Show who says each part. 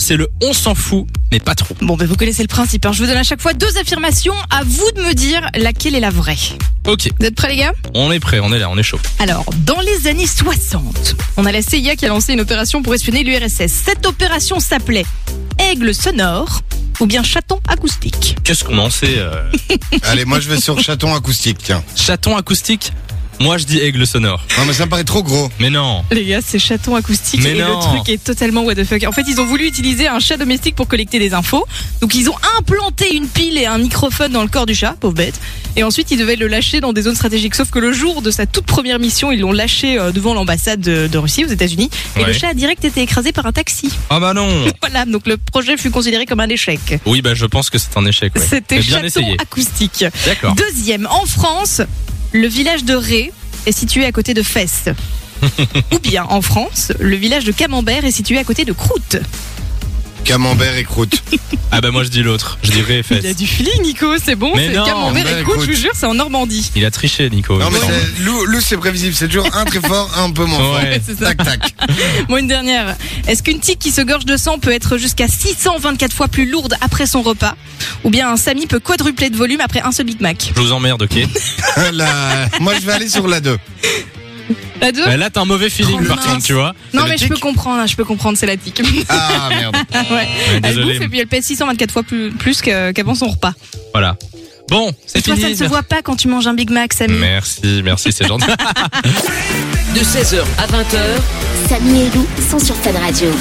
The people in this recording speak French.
Speaker 1: c'est le on s'en fout, mais pas trop.
Speaker 2: Bon, ben vous connaissez le principe. hein. Je vous donne à chaque fois deux affirmations. À vous de me dire laquelle est la vraie.
Speaker 1: Ok,
Speaker 2: Vous êtes prêts, les gars
Speaker 1: on est prêt, on est là, on est chaud.
Speaker 2: Alors, dans les années 60, on a la CIA qui a lancé une opération pour espionner l'URSS. Cette opération s'appelait Aigle sonore ou bien chaton acoustique.
Speaker 1: Qu'est-ce qu'on en sait euh,
Speaker 3: Allez, moi je vais sur chaton acoustique, tiens.
Speaker 1: Chaton acoustique Moi je dis aigle sonore.
Speaker 3: Non, mais ça me paraît trop gros.
Speaker 1: Mais non
Speaker 2: Les gars, c'est chaton acoustique
Speaker 1: Mais
Speaker 2: et
Speaker 1: non.
Speaker 2: le truc est totalement what the fuck. En fait, ils ont voulu utiliser un chat domestique pour collecter des infos. Donc, ils ont implanté une pile et un microphone dans le corps du chat, pauvre bête. Et ensuite, ils devaient le lâcher dans des zones stratégiques. Sauf que le jour de sa toute première mission, ils l'ont lâché euh, devant l'ambassade de, de Russie aux États-Unis. Et
Speaker 1: Ouais.
Speaker 2: le chat a direct été écrasé par un taxi.
Speaker 1: Ah bah non
Speaker 2: Voilà, donc le projet fut considéré comme un échec.
Speaker 1: Oui, bah je pense que c'est un échec. ouais.
Speaker 2: C'était
Speaker 1: Mais bien
Speaker 2: chaton
Speaker 1: essayé.
Speaker 2: acoustique.
Speaker 1: D'accord.
Speaker 2: Deuxième, en France, le village de Ré est situé à côté de Fès. Ou bien en France, le village de Camembert est situé à côté de Croûte.
Speaker 3: Camembert et croûte.
Speaker 1: Ah bah moi je dis l'autre. Je dis vrai et
Speaker 2: Il a
Speaker 1: fesses.
Speaker 2: du feeling, Nico, c'est bon.
Speaker 1: Mais
Speaker 2: c'est
Speaker 1: non,
Speaker 2: Camembert
Speaker 3: bah
Speaker 2: et Croûte, je
Speaker 3: écoute.
Speaker 2: vous jure, c'est en Normandie.
Speaker 1: Il a triché, Nico.
Speaker 3: Non,
Speaker 1: il
Speaker 3: mais
Speaker 1: me semble.
Speaker 3: c'est- Lou, Lou, c'est prévisible. C'est toujours un très fort, un peu moins fort.
Speaker 1: Ouais.
Speaker 2: c'est ça.
Speaker 3: Tac, tac.
Speaker 2: Bon, une dernière. Est-ce qu'une tique qui se gorge de sang peut être jusqu'à 624 fois plus lourde après son repas Ou bien un Samy peut quadrupler de volume après un seul Big Mac
Speaker 1: Je vous emmerde, ok
Speaker 3: La- Moi, je vais aller sur la 2.
Speaker 2: La deux
Speaker 1: Bah, Là, t'as un mauvais feeling,
Speaker 2: Oh,
Speaker 1: par
Speaker 2: mince.
Speaker 1: contre, tu vois.
Speaker 2: Non,
Speaker 3: la
Speaker 2: mais je
Speaker 3: tique
Speaker 2: peux comprendre, hein, je peux comprendre, c'est la tique.
Speaker 3: Ah, merde.
Speaker 2: ouais.
Speaker 1: Ouais,
Speaker 2: Elle
Speaker 1: désolé.
Speaker 2: bouffe et puis elle pèse 624 fois plus, plus que- qu'avant son repas.
Speaker 1: Voilà. Bon, c'est
Speaker 2: Toi, ça ne
Speaker 1: fini. bah.
Speaker 2: se voit pas quand tu manges un Big Mac, Samy.
Speaker 1: Merci, merci, c'est gentil.
Speaker 4: De 16h à 20h,
Speaker 5: Samy et Lou sont sur Fan Radio.